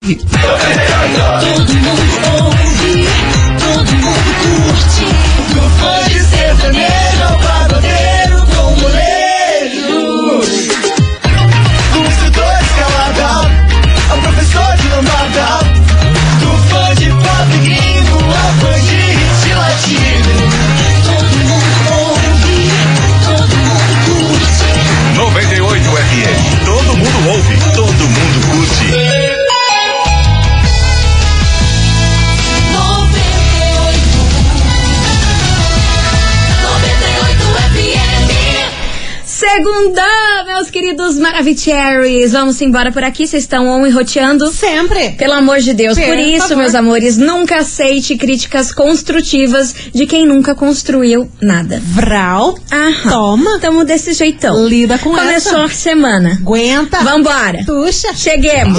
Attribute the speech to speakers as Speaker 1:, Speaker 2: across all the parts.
Speaker 1: ouve.
Speaker 2: Todo mundo ouve, todo mundo curte. No fone sertanejo, ao pagodeiro com molejo. Do instrutor escalada, ao professor de lambada. Do fã de pop gringo, ao fã de hit latino. Todo mundo ouve, todo mundo curte.
Speaker 3: 98 FM. Todo mundo ouve, todo mundo curte.
Speaker 2: 98 98 FM
Speaker 4: Segunda, meus queridos Maravicheries. Vamos embora por aqui, vocês estão on e roteando.
Speaker 5: Sempre.
Speaker 4: Pelo amor de Deus,
Speaker 5: Pera,
Speaker 4: por
Speaker 5: por
Speaker 4: isso,
Speaker 5: favor.
Speaker 4: meus amores, nunca aceite críticas construtivas de quem nunca construiu nada.
Speaker 5: Vral.
Speaker 4: Aham.
Speaker 5: Toma.
Speaker 4: Tamo desse jeitão.
Speaker 5: Lida com essa.
Speaker 4: Começou a semana.
Speaker 5: Aguenta.
Speaker 4: Vambora.
Speaker 5: Puxa.
Speaker 4: Cheguemos.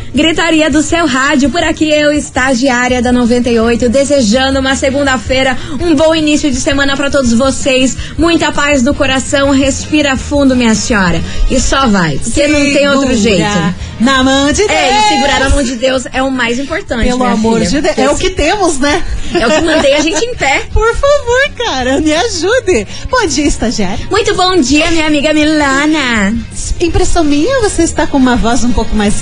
Speaker 4: Gritaria do seu rádio, por aqui eu, estagiária da 98, desejando uma segunda-feira, um bom início de semana pra todos vocês, muita paz no coração, respira fundo, minha senhora, e só vai, porque não tem outro jeito.
Speaker 5: Segura Na mão de Deus.
Speaker 4: É, e segurar a mão de Deus é o mais importante,
Speaker 5: Pelo
Speaker 4: minha
Speaker 5: amor
Speaker 4: filha.
Speaker 5: de Deus. É o que temos, né?
Speaker 4: É o que mantém a gente em pé.
Speaker 5: Por favor, cara, me ajude. Bom dia, estagiário.
Speaker 4: Muito bom dia, minha amiga Milana.
Speaker 5: Impressão minha, você está com uma voz um pouco mais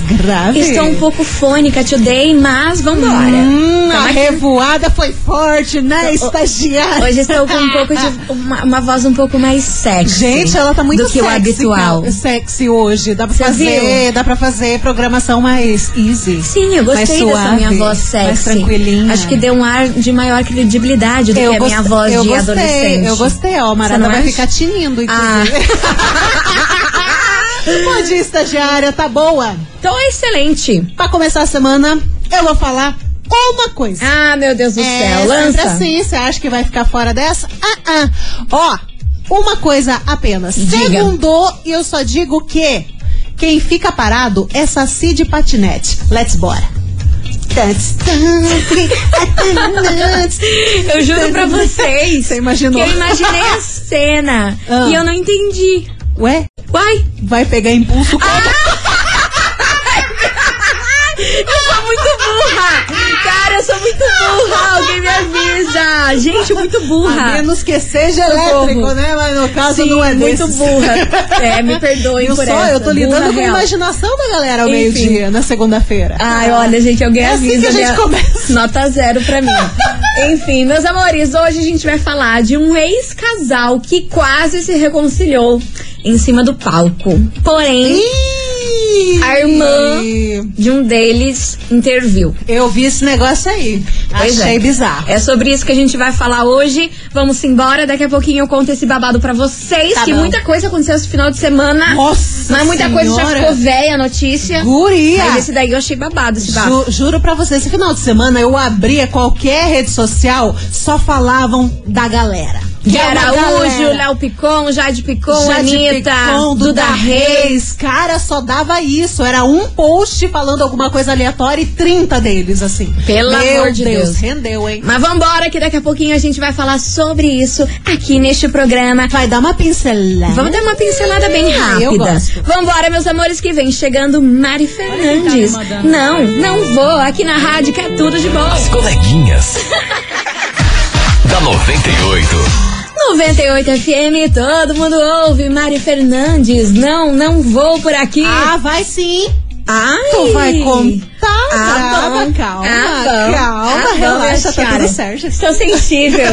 Speaker 4: Estou
Speaker 5: grave.
Speaker 4: um pouco tá fônica today, mas vambora.
Speaker 5: Hum, a
Speaker 4: Tamo aqui.
Speaker 5: revoada foi forte, né, estagiária?
Speaker 4: Hoje estou com um pouco de. Uma, uma voz um pouco mais sexy.
Speaker 5: Gente, ela tá muito
Speaker 4: Do que
Speaker 5: sexy,
Speaker 4: o habitual.
Speaker 5: cara. Sexy hoje. Dá pra
Speaker 4: Cê
Speaker 5: fazer, dá pra fazer programação mais easy.
Speaker 4: Sim, eu
Speaker 5: mais
Speaker 4: gostei dessa
Speaker 5: suave,
Speaker 4: minha voz sexy.
Speaker 5: Mais tranquilinha.
Speaker 4: Acho que deu um ar de maior credibilidade do que a minha
Speaker 5: gost-
Speaker 4: voz
Speaker 5: eu
Speaker 4: de
Speaker 5: gostei,
Speaker 4: adolescente.
Speaker 5: Eu gostei, ó. A
Speaker 4: Você
Speaker 5: Marana
Speaker 4: não
Speaker 5: vai
Speaker 4: acha?
Speaker 5: ficar tipo assim. tinindo,
Speaker 4: Ah.
Speaker 5: inclusive. Bom dia, estagiária, tá boa?
Speaker 4: Então, excelente.
Speaker 5: Pra começar a semana, eu vou falar uma coisa.
Speaker 4: Ah, meu Deus do céu. Lança.
Speaker 5: É, sempre assim, você acha que vai ficar fora dessa? Ah, ah. Ó, uma coisa apenas.
Speaker 4: Diga.
Speaker 5: Segundou, e eu só digo que quem fica parado é saci de patinete. Let's bora. Tantes, tantes, tantes.
Speaker 4: Eu juro pra vocês.
Speaker 5: assim. Você imaginou?
Speaker 4: Que eu imaginei a cena
Speaker 5: Ah.
Speaker 4: e eu não entendi.
Speaker 5: Ué?
Speaker 4: Uai,
Speaker 5: Vai pegar impulso com
Speaker 4: Ah! Eu sou muito burra! Cara, eu sou muito burra! Alguém me avisa! Gente, muito
Speaker 5: a
Speaker 4: burra!
Speaker 5: menos que seja
Speaker 4: Socorro.
Speaker 5: elétrico, né? Mas no caso
Speaker 4: Sim,
Speaker 5: não é
Speaker 4: muito
Speaker 5: desses.
Speaker 4: burra. É, me perdoem
Speaker 5: Viu
Speaker 4: por
Speaker 5: só?
Speaker 4: essa.
Speaker 5: Eu tô
Speaker 4: burra
Speaker 5: lidando com a
Speaker 4: real.
Speaker 5: imaginação da galera ao
Speaker 4: Enfim.
Speaker 5: meio-dia, na segunda-feira.
Speaker 4: Ai, olha, gente, alguém
Speaker 5: É assim
Speaker 4: avisa.
Speaker 5: que a gente
Speaker 4: minha-
Speaker 5: começa.
Speaker 4: Nota zero pra mim. Enfim, meus amores, hoje a gente vai falar de um ex-casal que quase se reconciliou em cima do palco. Porém,
Speaker 5: Ih!
Speaker 4: a irmã de um deles interviu.
Speaker 5: Eu vi esse negócio aí.
Speaker 4: Pois
Speaker 5: Achei
Speaker 4: é.
Speaker 5: bizarro.
Speaker 4: É sobre isso que a gente vai falar hoje. Vamos embora, daqui a pouquinho eu conto esse babado pra vocês.
Speaker 5: Tá
Speaker 4: que
Speaker 5: bom.
Speaker 4: muita coisa aconteceu esse final de semana.
Speaker 5: Nossa
Speaker 4: Mas muita coisa já
Speaker 5: Senhora.
Speaker 4: ficou velha a notícia.
Speaker 5: Guria!
Speaker 4: Mas esse daí eu achei babado, esse babado.
Speaker 5: É, Ju- juro pra você, esse final de semana eu abria qualquer rede social, só falavam da galera.
Speaker 4: De
Speaker 5: É uma
Speaker 4: Araújo,
Speaker 5: galera.
Speaker 4: Léo Picon, Jade Picon,
Speaker 5: Jade
Speaker 4: Anitta,
Speaker 5: Picon,
Speaker 4: Duda Reis.
Speaker 5: Cara, só dava isso. Era um post falando alguma coisa aleatória e 30 deles, assim.
Speaker 4: Pelo
Speaker 5: Meu
Speaker 4: amor de Deus.
Speaker 5: Rendeu, hein?
Speaker 4: Mas vambora, que daqui a pouquinho a gente vai falar sobre isso aqui neste programa.
Speaker 5: Vai dar uma pincelada.
Speaker 4: Vamos dar uma pincelada bem
Speaker 5: Ah,
Speaker 4: rápida.
Speaker 5: eu gosto. tá
Speaker 4: Vambora, meus amores, que vem chegando Mari Fernandes. Não, não vou. Aqui na rádio que é tudo de bom.
Speaker 6: As coleguinhas. da 98.
Speaker 4: 98 FM, todo mundo ouve. Mari Fernandes, não, não vou por aqui.
Speaker 5: Ah, vai sim.
Speaker 4: Ai.
Speaker 5: Tu vai contar,
Speaker 4: Ah,
Speaker 5: brava,
Speaker 4: bom.
Speaker 5: calma,
Speaker 4: Ah, bom.
Speaker 5: calma,
Speaker 4: Ah, bom,
Speaker 5: relaxa,
Speaker 4: minha
Speaker 5: tá
Speaker 4: senhora.
Speaker 5: tudo certo.
Speaker 4: Estou sensível.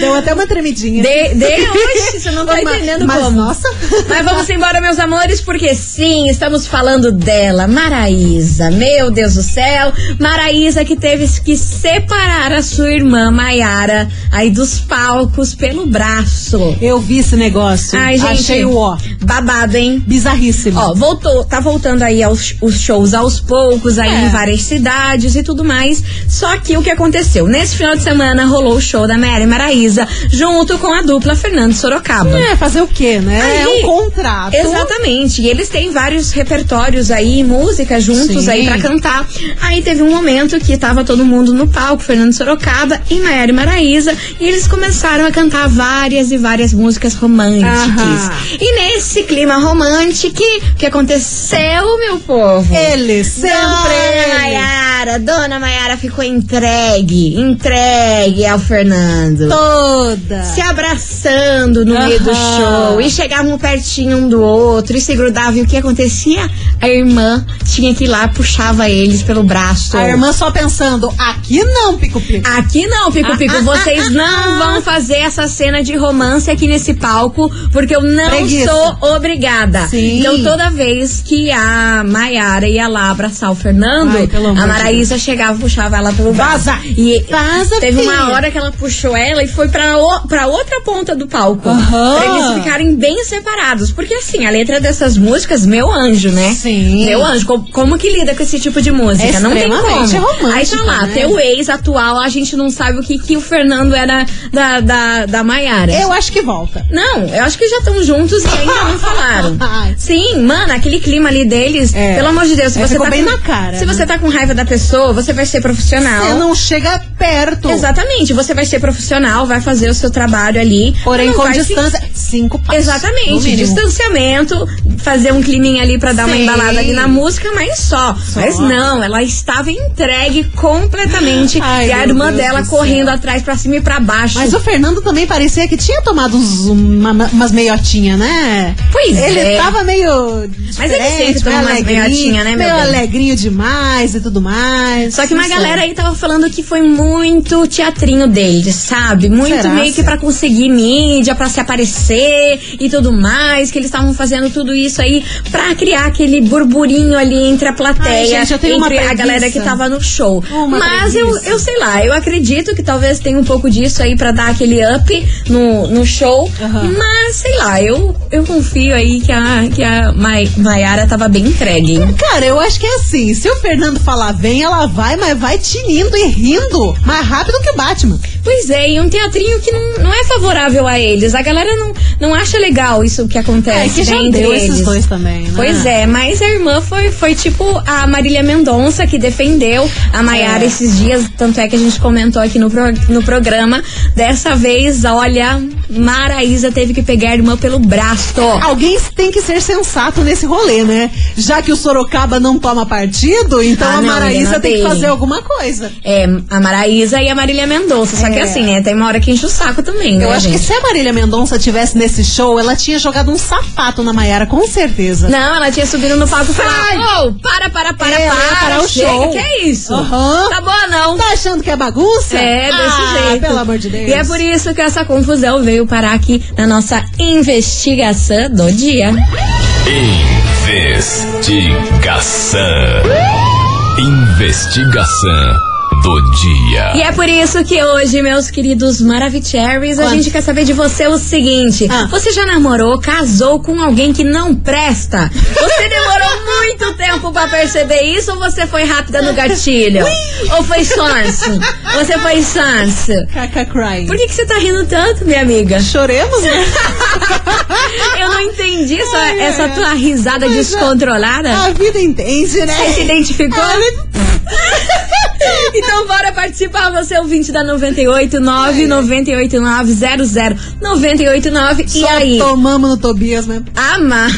Speaker 5: Deu até uma tremidinha.
Speaker 4: De, de hoje, você não tá
Speaker 5: Oi, ma-
Speaker 4: entendendo
Speaker 5: mas
Speaker 4: como.
Speaker 5: nossa.
Speaker 4: Mas vamos embora, meus amores, porque sim, estamos falando dela, Maraísa. Meu Deus do céu. Maraísa que teve que separar a sua irmã Maiara aí dos palcos pelo braço.
Speaker 5: Eu vi esse negócio.
Speaker 4: Ai, gente.
Speaker 5: Achei o ó.
Speaker 4: Babado, hein?
Speaker 5: Bizarríssimo.
Speaker 4: Ó, voltou, tá voltando aí aos, os shows aos poucos, aí
Speaker 5: É.
Speaker 4: em várias cidades e tudo mais. Só que o que aconteceu? Nesse final de semana rolou o show da Mary Maraísa junto com a dupla Fernando Sorocaba.
Speaker 5: É, fazer o quê, né? é
Speaker 4: Aí-
Speaker 5: um contrato.
Speaker 4: Exatamente. E eles têm vários repertórios aí, músicas juntos
Speaker 5: Sim.
Speaker 4: aí pra cantar. Aí teve um momento que tava todo mundo no palco, Fernando Sorocaba e Maiara e Maraísa, e eles começaram a cantar várias e várias músicas românticas.
Speaker 5: Aham.
Speaker 4: E nesse clima romântico, o que aconteceu, meu povo?
Speaker 5: Ele, sempre.
Speaker 4: Dona
Speaker 5: ele.
Speaker 4: Maiara, Dona Maiara ficou entregue, entregue ao Fernando
Speaker 5: Toda.
Speaker 4: se abraçando no meio do
Speaker 5: Aham.
Speaker 4: show e chegavam pertinho um do outro e se grudavam. E o que acontecia? A irmã tinha que ir lá, puxava eles pelo braço.
Speaker 5: A irmã só pensando, aqui Ah, não, pico-pico.
Speaker 4: Aqui não, Pico Pico, vocês
Speaker 5: ah,
Speaker 4: não vão fazer essa cena de romance aqui nesse palco, porque eu não
Speaker 5: Preguiça.
Speaker 4: sou obrigada.
Speaker 5: Sim.
Speaker 4: Então toda vez que a Maiara ia lá abraçar o Fernando,
Speaker 5: Ai, pelo amor
Speaker 4: a
Speaker 5: de
Speaker 4: Maraísa chegava e puxava ela pelo braço.
Speaker 5: Vaza!
Speaker 4: E
Speaker 5: Vaza,
Speaker 4: teve uma
Speaker 5: filha.
Speaker 4: hora que ela puxou ela e foi pra, o, pra outra ponta do palco.
Speaker 5: Aham.
Speaker 4: Pra eles ficarem bem separados. Porque assim, a letra dessas músicas, meu anjo, né?
Speaker 5: Sim.
Speaker 4: Meu anjo, co- como, que lida com esse tipo de música?
Speaker 5: É
Speaker 4: não tem como.
Speaker 5: extremamente romântico,
Speaker 4: Aí tá lá,
Speaker 5: né?
Speaker 4: teu o ex atual, a gente não sabe o que, que o Fernando era da, da, da Maiara.
Speaker 5: Eu acho que volta.
Speaker 4: Não, eu acho que já estão juntos e ainda não falaram.
Speaker 5: Ai.
Speaker 4: Sim, mano, aquele clima ali deles,
Speaker 5: É.
Speaker 4: pelo amor de Deus, se
Speaker 5: É,
Speaker 4: você
Speaker 5: ficou
Speaker 4: tá
Speaker 5: bem
Speaker 4: com,
Speaker 5: na cara,
Speaker 4: Se
Speaker 5: né?
Speaker 4: você tá com raiva da pessoa, você vai ser profissional.
Speaker 5: Você não chega perto.
Speaker 4: Exatamente, você vai ser profissional, vai fazer o seu trabalho ali.
Speaker 5: Porém,
Speaker 4: mas não
Speaker 5: com
Speaker 4: vai se-
Speaker 5: distância. Cinco passos. no
Speaker 4: Exatamente,
Speaker 5: mínimo.
Speaker 4: distanciamento, fazer um climinha ali pra dar uma
Speaker 5: Sim.
Speaker 4: embalada ali na música, mas só. Mas não, ela estava entregue completamente
Speaker 5: Ai,
Speaker 4: e a
Speaker 5: meu
Speaker 4: irmã
Speaker 5: Deus
Speaker 4: dela
Speaker 5: do
Speaker 4: correndo
Speaker 5: céu.
Speaker 4: atrás pra cima e pra baixo.
Speaker 5: Mas o Fernando também parecia que tinha tomado uns, uma, umas meiotinhas, né?
Speaker 4: Pois
Speaker 5: ele
Speaker 4: é.
Speaker 5: tava meio.
Speaker 4: Mas ele sempre
Speaker 5: diferente,
Speaker 4: toma
Speaker 5: meio
Speaker 4: umas
Speaker 5: alegrinho,
Speaker 4: meiotinha, né, meu
Speaker 5: Meio
Speaker 4: bem?
Speaker 5: alegrinho demais e tudo mais.
Speaker 4: Só que
Speaker 5: Não
Speaker 4: uma
Speaker 5: sei.
Speaker 4: galera aí tava falando que foi muito teatrinho dele, sabe? Muito
Speaker 5: Será,
Speaker 4: meio que
Speaker 5: será?
Speaker 4: pra conseguir mídia, pra se aparecer e tudo mais, que eles estavam fazendo tudo isso aí pra criar aquele burburinho ali entre a plateia,
Speaker 5: Ai, gente, eu tenho uma
Speaker 4: entre a
Speaker 5: preguiça.
Speaker 4: galera que tava no show.
Speaker 5: Uma
Speaker 4: Mas eu,
Speaker 5: preguiça.
Speaker 4: eu sei lá, eu acredito que talvez tenha um pouco disso aí pra dar aquele up no, no show.
Speaker 5: Aham.
Speaker 4: Mas sei lá, eu, eu confio aí que a, que a Mai- Maiara tava bem entregue. hein?
Speaker 5: Cara, eu acho que é assim. Se o Fernando falar vem, ela vai, mas vai tinindo e rindo. Mais rápido que o Batman.
Speaker 4: Pois é, e um teatrinho que não, não é favorável a eles. A galera não, não acha legal isso que acontece.
Speaker 5: É, que já
Speaker 4: né, entre
Speaker 5: deu
Speaker 4: eles.
Speaker 5: esses dois também, né?
Speaker 4: Pois é, mas a irmã foi, foi tipo a Marília Mendonça, que defendeu a Maiara
Speaker 5: É.
Speaker 4: esses dias. Tanto é que a gente comentou aqui no, pro- no programa. Dessa vez, olha, Maraísa teve que pegar a irmã pelo braço.
Speaker 5: Alguém tem que ser sensato nesse rolê, né? Já que o Sorocaba não toma partido, então
Speaker 4: Ah,
Speaker 5: a
Speaker 4: não, ele
Speaker 5: Maraísa
Speaker 4: não
Speaker 5: tem que
Speaker 4: tem.
Speaker 5: fazer alguma coisa.
Speaker 4: É, a Maraísa e a Marília Mendonça. Só que
Speaker 5: É.
Speaker 4: assim, né? Tem uma hora que enche o saco também,
Speaker 5: Eu
Speaker 4: né,
Speaker 5: acho que
Speaker 4: gente?
Speaker 5: se a Marília Mendonça tivesse nesse show, ela tinha jogado um sapato na Maiara, com certeza.
Speaker 4: Não, ela tinha subido no palco e
Speaker 5: Sai!
Speaker 4: falado: Ô, para, para, para,
Speaker 5: É,
Speaker 4: para,
Speaker 5: vai parar o
Speaker 4: chega,
Speaker 5: show."
Speaker 4: Que é isso?
Speaker 5: Aham.
Speaker 4: Tá boa, não.
Speaker 5: Tá achando que é bagunça?
Speaker 4: É, desse
Speaker 5: ah,
Speaker 4: jeito.
Speaker 5: pelo amor de Deus.
Speaker 4: E é por isso que essa confusão veio parar aqui na nossa investigação do dia.
Speaker 6: Investigação. Investigação do dia.
Speaker 4: E é por isso que hoje, meus queridos Maravicheries, a
Speaker 5: Quanto?
Speaker 4: gente quer saber de você o seguinte:
Speaker 5: Ah.
Speaker 4: você já namorou, casou com alguém que não presta? Você demorou muito tempo pra perceber isso ou você foi rápida no gatilho? ou foi sonso? Você foi sonso?
Speaker 5: Caca crying.
Speaker 4: Por que, que você tá rindo tanto, minha amiga?
Speaker 5: Choremos, né?
Speaker 4: Eu não entendi essa,
Speaker 5: Ai, ai,
Speaker 4: essa
Speaker 5: ai. é.
Speaker 4: tua risada
Speaker 5: Mas,
Speaker 4: descontrolada.
Speaker 5: A vida entende, né?
Speaker 4: Você se identificou?
Speaker 5: Ah, né?
Speaker 4: Então bora participar, você é ouvinte da 989 989 989 E
Speaker 5: Só
Speaker 4: aí?
Speaker 5: tomamos no Tobias, né?
Speaker 4: Amar.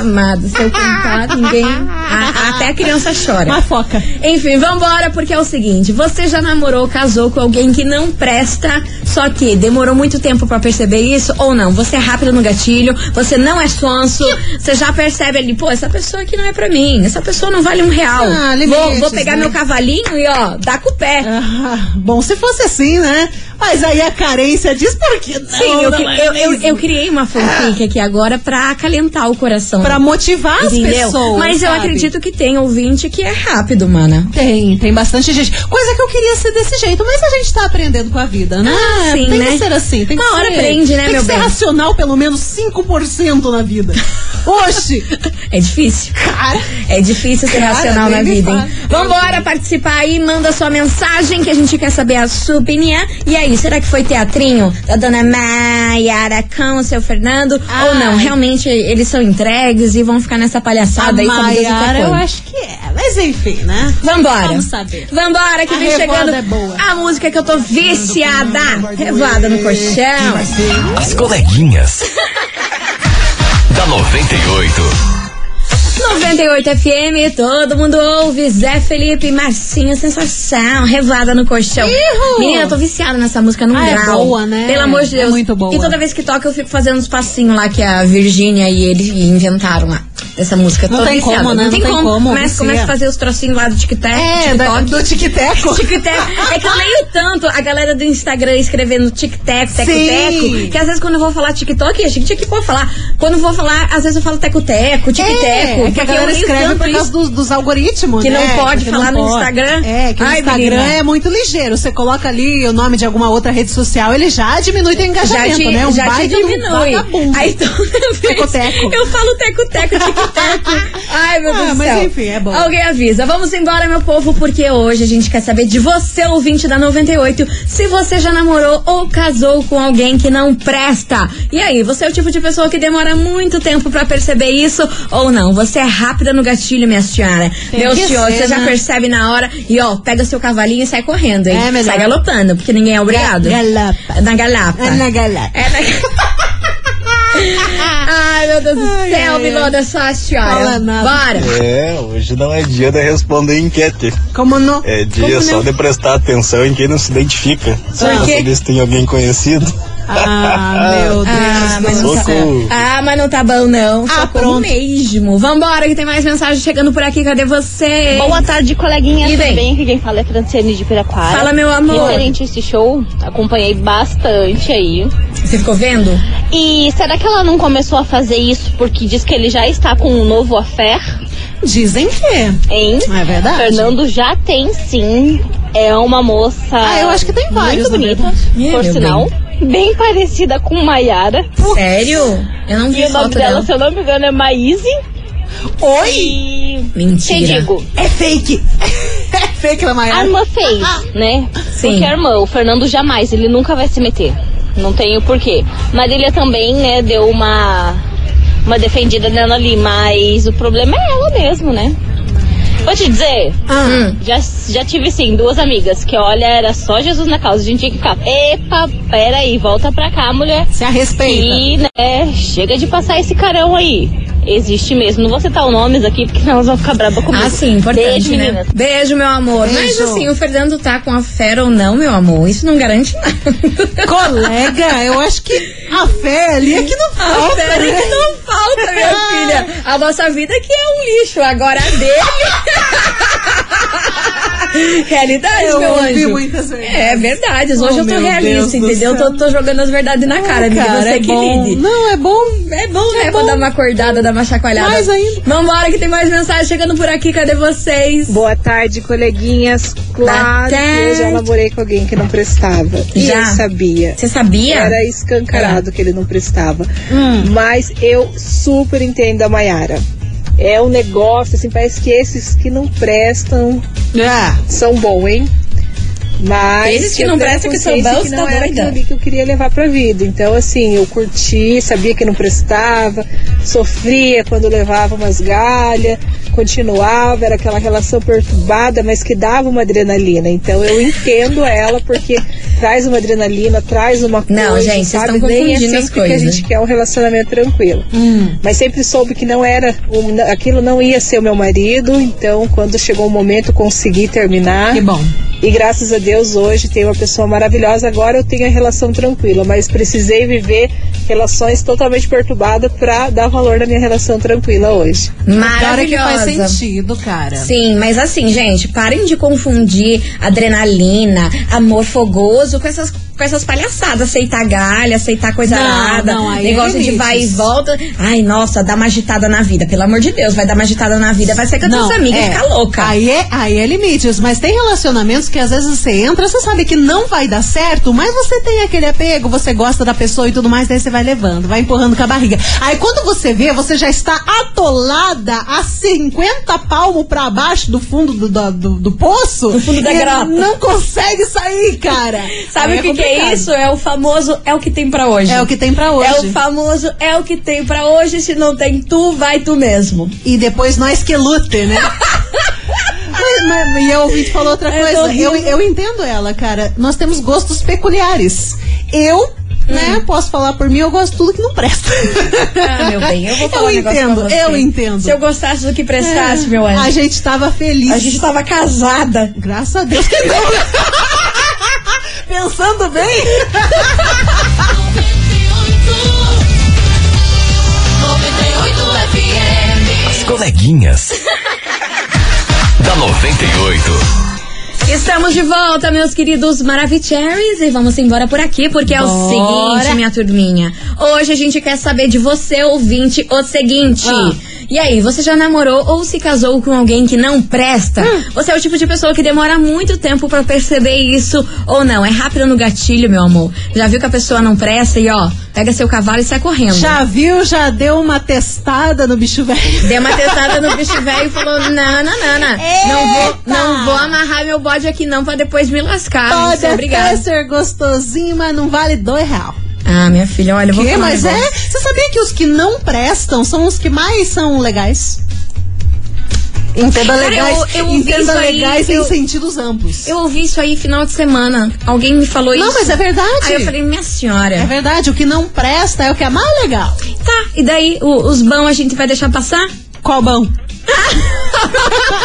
Speaker 4: Amado, se eu contar, ninguém. a- até a criança
Speaker 5: Uma
Speaker 4: chora.
Speaker 5: foca.
Speaker 4: Enfim, vambora, porque é o seguinte: você já namorou, casou com alguém que não presta, só que demorou muito tempo pra perceber isso ou não? Você é rápido no gatilho, você não é sonso, você já percebe ali, pô, essa pessoa aqui não é pra mim, essa pessoa não vale um real.
Speaker 5: Ah,
Speaker 4: vou,
Speaker 5: limites,
Speaker 4: vou pegar
Speaker 5: né?
Speaker 4: meu cavalinho e ó, dá com o pé.
Speaker 5: Ah, bom, se fosse assim, né? Mas aí a carência diz por que não.
Speaker 4: Sim, eu,
Speaker 5: não
Speaker 4: cri-
Speaker 5: é
Speaker 4: eu, eu,
Speaker 5: mesmo?
Speaker 4: eu criei uma fanfic aqui agora pra acalentar o coração.
Speaker 5: Pra motivar as
Speaker 4: Entendeu?
Speaker 5: pessoas.
Speaker 4: Mas eu
Speaker 5: sabe?
Speaker 4: acredito que tem ouvinte que é rápido, mana.
Speaker 5: Tem, tem bastante gente. Coisa que eu queria ser desse jeito, mas a gente tá aprendendo com a vida, né?
Speaker 4: Ah, sim,
Speaker 5: tem
Speaker 4: né?
Speaker 5: que ser assim. Tem que
Speaker 4: Uma hora
Speaker 5: ser-
Speaker 4: aprende, né,
Speaker 5: tem
Speaker 4: meu
Speaker 5: que
Speaker 4: bem?
Speaker 5: ser racional pelo menos 5% na vida. Oxe,
Speaker 4: É difícil.
Speaker 5: cara.
Speaker 4: É difícil ser
Speaker 5: Cara,
Speaker 4: racional
Speaker 5: nem
Speaker 4: na
Speaker 5: me
Speaker 4: vida,
Speaker 5: fala.
Speaker 4: hein? Vambora participar aí, manda sua mensagem que a gente quer saber a sua opinião. E aí, será que foi teatrinho da dona Maiara com o seu Fernando? Ou não?
Speaker 5: Ai.
Speaker 4: Realmente eles são entregues e vão ficar nessa palhaçada aí, sabe Deus até
Speaker 5: Maiara, eu
Speaker 4: quando.
Speaker 5: acho que é. Mas enfim, né?
Speaker 4: Vambora.
Speaker 5: Vamos saber.
Speaker 4: Vambora, que
Speaker 5: A
Speaker 4: vem
Speaker 5: revoada
Speaker 4: chegando
Speaker 5: é boa.
Speaker 4: a música que eu tô viciada. Revoada no colchão.
Speaker 6: As coleguinhas. da 98.
Speaker 4: 98 FM, todo mundo ouve. Zé Felipe, Marcinho, sensação. Revoada no colchão.
Speaker 5: Ihu!
Speaker 4: Menina, eu tô viciada nessa música num
Speaker 5: Ah, é
Speaker 4: grau.
Speaker 5: boa, né?
Speaker 4: Pelo amor de
Speaker 5: É
Speaker 4: Deus.
Speaker 5: muito boa.
Speaker 4: E toda vez que toca, eu fico fazendo uns passinhos lá que a Virgínia e ele inventaram lá. Essa música.
Speaker 5: Não
Speaker 4: Tô
Speaker 5: tem
Speaker 4: viciada.
Speaker 5: como, né?
Speaker 4: Não tem como. Começa,
Speaker 5: vicia.
Speaker 4: começa a fazer os trocinhos lá do tic-tac.
Speaker 5: É, da,
Speaker 4: tic-toc.
Speaker 5: do tic-teco.
Speaker 4: Tic-tac. É que eu leio tanto a galera do Instagram escrevendo tic-tac,
Speaker 5: Sim.
Speaker 4: teco-teco, que às vezes quando eu vou falar TikTok, achei que tinha que pôr falar. Quando eu vou falar, às vezes eu falo teco-teco, tic-teco.
Speaker 5: É, é que a
Speaker 4: porque eu
Speaker 5: galera
Speaker 4: leio
Speaker 5: escreve
Speaker 4: tanto
Speaker 5: por causa
Speaker 4: isso.
Speaker 5: dos, dos algoritmos,
Speaker 4: Que
Speaker 5: né?
Speaker 4: não pode
Speaker 5: Porque
Speaker 4: falar no
Speaker 5: pode.
Speaker 4: Instagram.
Speaker 5: É, que
Speaker 4: Ai,
Speaker 5: o Instagram
Speaker 4: menina.
Speaker 5: é muito ligeiro. Você coloca ali o nome de alguma outra rede social, ele já diminui teu
Speaker 4: Já
Speaker 5: engajamento,
Speaker 4: te,
Speaker 5: né? Um
Speaker 4: já te
Speaker 5: baita de um
Speaker 4: diminui.
Speaker 5: vagabundo.
Speaker 4: Aí
Speaker 5: né,
Speaker 4: toda vez
Speaker 5: Teco-teco.
Speaker 4: eu falo teco-teco, tic-teco. Ai, meu
Speaker 5: Ah,
Speaker 4: Deus do
Speaker 5: mas
Speaker 4: céu.
Speaker 5: enfim, é bom.
Speaker 4: Alguém avisa. Vamos embora, meu povo, porque hoje a gente quer saber de você, ouvinte da 98, se você já namorou ou casou com alguém que não presta. E aí, você é o tipo de pessoa que demora muito tempo pra perceber isso ou não? Você é rápida no gatilho, minha senhora.
Speaker 5: Tem
Speaker 4: meu
Speaker 5: que
Speaker 4: senhor,
Speaker 5: ser,
Speaker 4: você já
Speaker 5: né?
Speaker 4: percebe na hora e ó, pega seu cavalinho e sai correndo, hein?
Speaker 5: É melhor.
Speaker 4: sai galopando, porque ninguém é obrigado.
Speaker 5: Galapa.
Speaker 4: Na galapa.
Speaker 5: É na galapa.
Speaker 4: É na Ai, meu Deus do
Speaker 5: Ai,
Speaker 4: céu,
Speaker 5: ai,
Speaker 4: me
Speaker 5: ai.
Speaker 4: manda só a
Speaker 5: Fala
Speaker 4: senhora.
Speaker 5: nada.
Speaker 4: Bora.
Speaker 1: É, hoje não é dia de responder enquete.
Speaker 5: Como não?
Speaker 1: É dia
Speaker 5: Como
Speaker 1: só
Speaker 5: não? É.
Speaker 1: de prestar atenção em quem não se identifica.
Speaker 2: Ah,
Speaker 1: Pra
Speaker 5: quê?
Speaker 1: saber se tem alguém conhecido.
Speaker 5: Ah, meu Deus.
Speaker 4: Ah, mas não
Speaker 5: do
Speaker 4: tá
Speaker 1: Socorro.
Speaker 5: céu.
Speaker 4: bom. Ah, mas não tá bom, não.
Speaker 5: Ah,
Speaker 4: Só como
Speaker 5: pronto.
Speaker 4: mesmo. Vambora, que tem mais mensagem chegando por aqui. Cadê você?
Speaker 7: Boa tarde, coleguinha.
Speaker 4: E
Speaker 7: Tudo
Speaker 4: bem?
Speaker 7: bem? Aqui quem fala é Franciane de Piraquara.
Speaker 4: Fala, meu amor.
Speaker 7: Referente a esse show, acompanhei bastante aí.
Speaker 4: Você ficou vendo?
Speaker 7: E será que ela não começou a fazer isso porque diz que ele já está com um novo affair?
Speaker 5: Dizem que.
Speaker 7: Hein?
Speaker 5: É verdade.
Speaker 7: Fernando já tem sim. É uma moça.
Speaker 5: Ah, eu acho que tem vários,
Speaker 7: Muito
Speaker 5: na
Speaker 7: bonita,
Speaker 4: Ih,
Speaker 7: por
Speaker 4: meu
Speaker 7: sinal. Bem. parecida com Maiara.
Speaker 4: Sério? Eu não vi
Speaker 7: E o nome
Speaker 4: foto
Speaker 7: dela,
Speaker 4: dela.
Speaker 7: se eu não me engano, é Maíse.
Speaker 5: Oi!
Speaker 7: E. Te
Speaker 4: Mentira.
Speaker 7: digo,
Speaker 5: É fake. É fake,
Speaker 7: A
Speaker 5: Lamaiara.
Speaker 7: irmã fez, né?
Speaker 4: Sim.
Speaker 7: Porque a irmã, o Fernando jamais, ele nunca vai se meter. Não tem o porquê. Marília também, né, deu uma, uma defendida nela ali, mas o problema é ela mesmo, né? Vou te dizer,
Speaker 4: Hum.
Speaker 7: já, já tive sim duas amigas que, olha, era só Jesus na causa. A gente tinha que ficar, epa, peraí, volta pra cá, mulher.
Speaker 5: Se a respeita.
Speaker 7: E, né, chega de passar esse carão aí. Existe mesmo. Não vou citar os nomes aqui, porque senão elas vão ficar brabas comigo.
Speaker 4: Ah, sim, importante,
Speaker 7: Beijo,
Speaker 4: né?
Speaker 7: meninas.
Speaker 4: Beijo, meu amor. Mas
Speaker 5: Beijo.
Speaker 4: assim, o Fernando tá com a fera ou não, meu amor, isso não garante nada.
Speaker 5: Colega, eu acho que a fé ali é que não
Speaker 4: A
Speaker 5: falta,
Speaker 4: fera Ah,
Speaker 5: né?
Speaker 4: É
Speaker 5: Ah.
Speaker 4: que não falta, minha filha. A nossa vida que é um lixo, agora a dele. Realidade,
Speaker 5: Eu
Speaker 4: meu
Speaker 5: ouvi
Speaker 4: anjo.
Speaker 5: muitas vezes.
Speaker 4: É verdade, hoje
Speaker 5: Oh,
Speaker 4: eu tô
Speaker 5: meu Deus
Speaker 4: realista,
Speaker 5: do
Speaker 4: entendeu?
Speaker 5: céu.
Speaker 4: Tô, tô jogando as verdades na cara, amiga, você
Speaker 5: é
Speaker 4: que
Speaker 5: bom.
Speaker 4: lide.
Speaker 5: Não, é bom.
Speaker 4: É bom, né?
Speaker 5: É
Speaker 4: Pra
Speaker 5: bom.
Speaker 4: dar uma acordada, dar uma chacoalhada.
Speaker 5: Mais ainda.
Speaker 4: Vambora, que tem mais mensagem chegando por aqui. Cadê vocês?
Speaker 8: Boa tarde, coleguinhas.
Speaker 4: Boa
Speaker 8: Claro que eu
Speaker 4: tarde.
Speaker 8: já namorei com alguém que não prestava. E
Speaker 4: Já?
Speaker 8: eu sabia.
Speaker 4: Você sabia? É. Hum.
Speaker 8: Era escancarado que ele não prestava. Mas eu super entendo a Maiara. É um negócio, assim, parece que esses que não prestam
Speaker 5: É.
Speaker 8: são bons, hein? Mas
Speaker 4: Esses que
Speaker 8: eu
Speaker 4: não
Speaker 8: tenho
Speaker 4: prestam que são
Speaker 8: consciência
Speaker 4: bons,
Speaker 8: que
Speaker 4: tá
Speaker 8: não era
Speaker 4: doida.
Speaker 8: aquilo ali que eu queria levar pra vida. Então, assim, eu curti, sabia que não prestava, sofria quando levava umas galhas, continuava, era aquela relação perturbada, mas que dava uma adrenalina. Então, eu entendo ela, porque traz uma adrenalina, traz uma coisa,
Speaker 4: Não, gente, vocês
Speaker 8: sabe?
Speaker 4: estão
Speaker 8: Nem é
Speaker 4: confundindo as
Speaker 8: sempre que a
Speaker 4: coisas. Hum.
Speaker 8: gente quer um relacionamento tranquilo. Mas sempre soube que não era, um- aquilo não ia ser o meu marido, então, quando chegou o momento, consegui terminar.
Speaker 5: Que bom.
Speaker 8: E graças a Deus hoje tenho uma pessoa maravilhosa. Agora eu tenho a relação tranquila, mas precisei viver relações totalmente perturbadas pra dar valor na minha relação tranquila hoje.
Speaker 5: Claro é que faz
Speaker 4: Maravilhosa.
Speaker 5: sentido, cara.
Speaker 4: Sim, mas assim, gente, parem de confundir adrenalina, amor fogoso com essas, com essas palhaçadas. Aceitar galha, aceitar coisa
Speaker 5: Não,
Speaker 4: arada,
Speaker 5: não, aí é
Speaker 4: negócio de
Speaker 5: limites.
Speaker 4: vai e volta. Ai, nossa, dá uma agitada na vida. Pelo amor de Deus, vai dar uma agitada na vida. Vai ser com as
Speaker 5: Não,
Speaker 4: tuas amigas
Speaker 5: é.
Speaker 4: e ficar louca.
Speaker 5: Aí é, aí é limites, mas tem relacionamentos que às vezes você entra, você sabe que não vai dar certo, mas você tem aquele apego, você gosta da pessoa e tudo mais, daí você vai levando, vai empurrando com a barriga. Aí quando você vê, você já está atolada a 50 palmo pra baixo do fundo do, do, do- do poço. Do
Speaker 4: fundo da
Speaker 5: e
Speaker 4: grota.
Speaker 5: Não consegue sair, cara.
Speaker 4: Sabe
Speaker 5: Aí
Speaker 4: o que, que é
Speaker 5: complicado.
Speaker 4: isso? É o famoso é o que tem pra hoje.
Speaker 5: É o que tem pra hoje.
Speaker 4: É o famoso é o que tem pra hoje. Se não tem tu, vai tu mesmo.
Speaker 5: E depois nós que lute, né? Mas, mas, e a ouvinte falou outra
Speaker 4: Eu tô
Speaker 5: coisa.
Speaker 4: rindo.
Speaker 5: Eu, eu entendo ela, cara. Nós temos gostos peculiares. Eu, né, posso falar por mim, eu gosto de tudo que não presta.
Speaker 4: Hum. Ah, meu bem, eu vou falar
Speaker 5: Eu
Speaker 4: um negócio
Speaker 5: entendo,
Speaker 4: pra você.
Speaker 5: eu entendo. Ah,
Speaker 4: Se eu gostasse do que prestasse, meu anjo.
Speaker 5: A gente tava feliz.
Speaker 4: A gente tava casada.
Speaker 5: Graças a Deus que não. Pensando bem.
Speaker 2: 98 FM.
Speaker 6: As coleguinhas. da 98.
Speaker 4: Estamos de volta, meus queridos Maravicheries, e vamos embora por aqui, porque é o
Speaker 5: Bora.
Speaker 4: seguinte, minha turminha. Hoje a gente quer saber de você, ouvinte, o seguinte.
Speaker 5: Ah.
Speaker 4: E aí, você já namorou ou se casou com alguém que não presta?
Speaker 5: Hum.
Speaker 4: Você é o tipo de pessoa que demora muito tempo pra perceber isso ou não? É rápido no gatilho, meu amor. Já viu que a pessoa não presta e ó, pega seu cavalo e sai correndo.
Speaker 5: Já viu, já deu uma testada no bicho velho.
Speaker 4: Deu uma testada no bicho velho e falou: não, não, não, não. Não vou, não vou amarrar meu bode aqui, não, pra depois me lascar.
Speaker 5: Pode
Speaker 4: Muito
Speaker 5: até
Speaker 4: obrigada.
Speaker 5: ser gostosinho, mas não vale dois real.
Speaker 4: Ah, minha filha, olha, eu vou
Speaker 5: Que?
Speaker 4: falar um
Speaker 5: Mas é?
Speaker 4: negócio.
Speaker 5: Você sabia que os que não prestam são os que mais são legais? Entenda
Speaker 4: Cara,
Speaker 5: legais,
Speaker 4: eu- eu ouvi
Speaker 5: entenda
Speaker 4: isso aí,
Speaker 5: legais em
Speaker 4: eu-
Speaker 5: sentidos amplos.
Speaker 4: Eu ouvi isso aí final de semana. Alguém me falou
Speaker 5: não,
Speaker 4: isso.
Speaker 5: mas é verdade.
Speaker 4: Aí eu falei, minha
Speaker 5: É
Speaker 4: senhora.
Speaker 5: verdade, o que não presta é o que é mais legal.
Speaker 4: Tá, e daí o- os bão a gente vai deixar passar?
Speaker 5: Qual bom?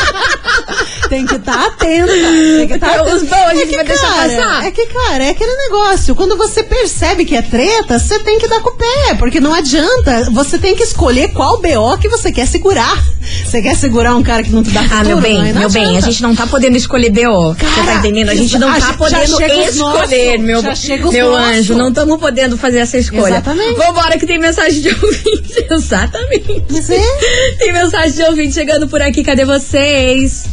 Speaker 5: Tem que estar atento. Tem que estar
Speaker 4: Porque
Speaker 5: atento. É
Speaker 4: os bons a gente
Speaker 5: que,
Speaker 4: vai deixar
Speaker 5: cara,
Speaker 4: passar.
Speaker 5: É que, cara, é aquele negócio. Quando você percebe que é treta, você tem que dar com o pé. Porque não adianta. Você tem que escolher qual BO que você quer segurar. Você quer segurar um cara que não te dá futuro?
Speaker 4: Ah, meu bem,
Speaker 5: não, Aí não
Speaker 4: meu bem, a
Speaker 5: adianta.
Speaker 4: gente não tá podendo escolher BO. Você tá
Speaker 5: Cara,
Speaker 4: entendendo? A gente não
Speaker 5: a
Speaker 4: tá
Speaker 5: gente- já
Speaker 4: podendo
Speaker 5: chega os
Speaker 4: escolher,
Speaker 5: nossos,
Speaker 4: meu,
Speaker 5: já chega os
Speaker 4: meu
Speaker 5: nossos.
Speaker 4: anjo. Não estamos podendo fazer essa escolha.
Speaker 5: Exatamente.
Speaker 4: Vambora que tem mensagem de ouvinte. Exatamente.
Speaker 5: Mas é.
Speaker 4: Tem mensagem de ouvinte chegando por aqui, cadê vocês?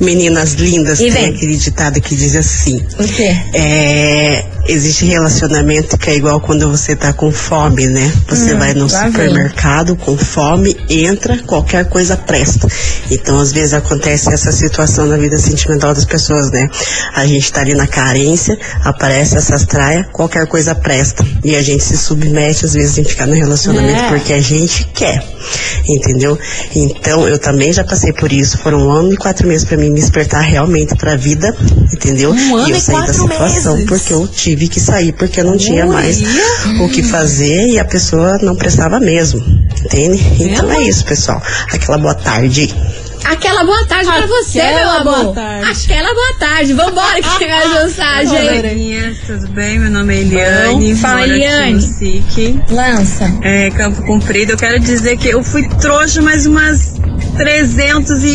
Speaker 9: Meninas lindas,
Speaker 4: E
Speaker 9: tem
Speaker 4: vem.
Speaker 9: aquele ditado que diz assim:
Speaker 4: O quê?
Speaker 9: é, existe relacionamento que é igual quando você tá com fome, né? Você vai no
Speaker 4: lá vem.
Speaker 9: supermercado com fome, entra, qualquer coisa presta. Então, às vezes acontece essa situação na vida sentimental das pessoas, né? A gente tá ali na carência, aparece essas traias, qualquer coisa presta. E a gente se submete, às vezes, em ficar no relacionamento
Speaker 5: É.
Speaker 9: porque que a gente quer, entendeu? Então eu também já passei por isso, foram um ano e quatro meses pra mim me despertar realmente pra vida, entendeu?
Speaker 5: Um ano
Speaker 9: e eu
Speaker 5: e
Speaker 9: saí da
Speaker 5: quatro
Speaker 9: situação
Speaker 5: meses.
Speaker 9: porque eu tive que sair porque eu não tinha mais o que fazer e a pessoa não prestava mesmo, entende? Então é isso, pessoal. Aquela boa tarde.
Speaker 4: Aquela boa tarde pra você, meu
Speaker 5: Aquela boa
Speaker 4: amor.
Speaker 5: tarde.
Speaker 4: Aquela boa tarde. Vambora que chega a mensagem.
Speaker 10: Meninas, tudo bem? Meu nome é Eliane.
Speaker 4: Bom, fala,
Speaker 10: moro aqui
Speaker 4: Eliane.
Speaker 10: no SIC,
Speaker 4: Lança.
Speaker 10: é, Campo Comprido. Eu quero dizer que eu fui trouxa mais umas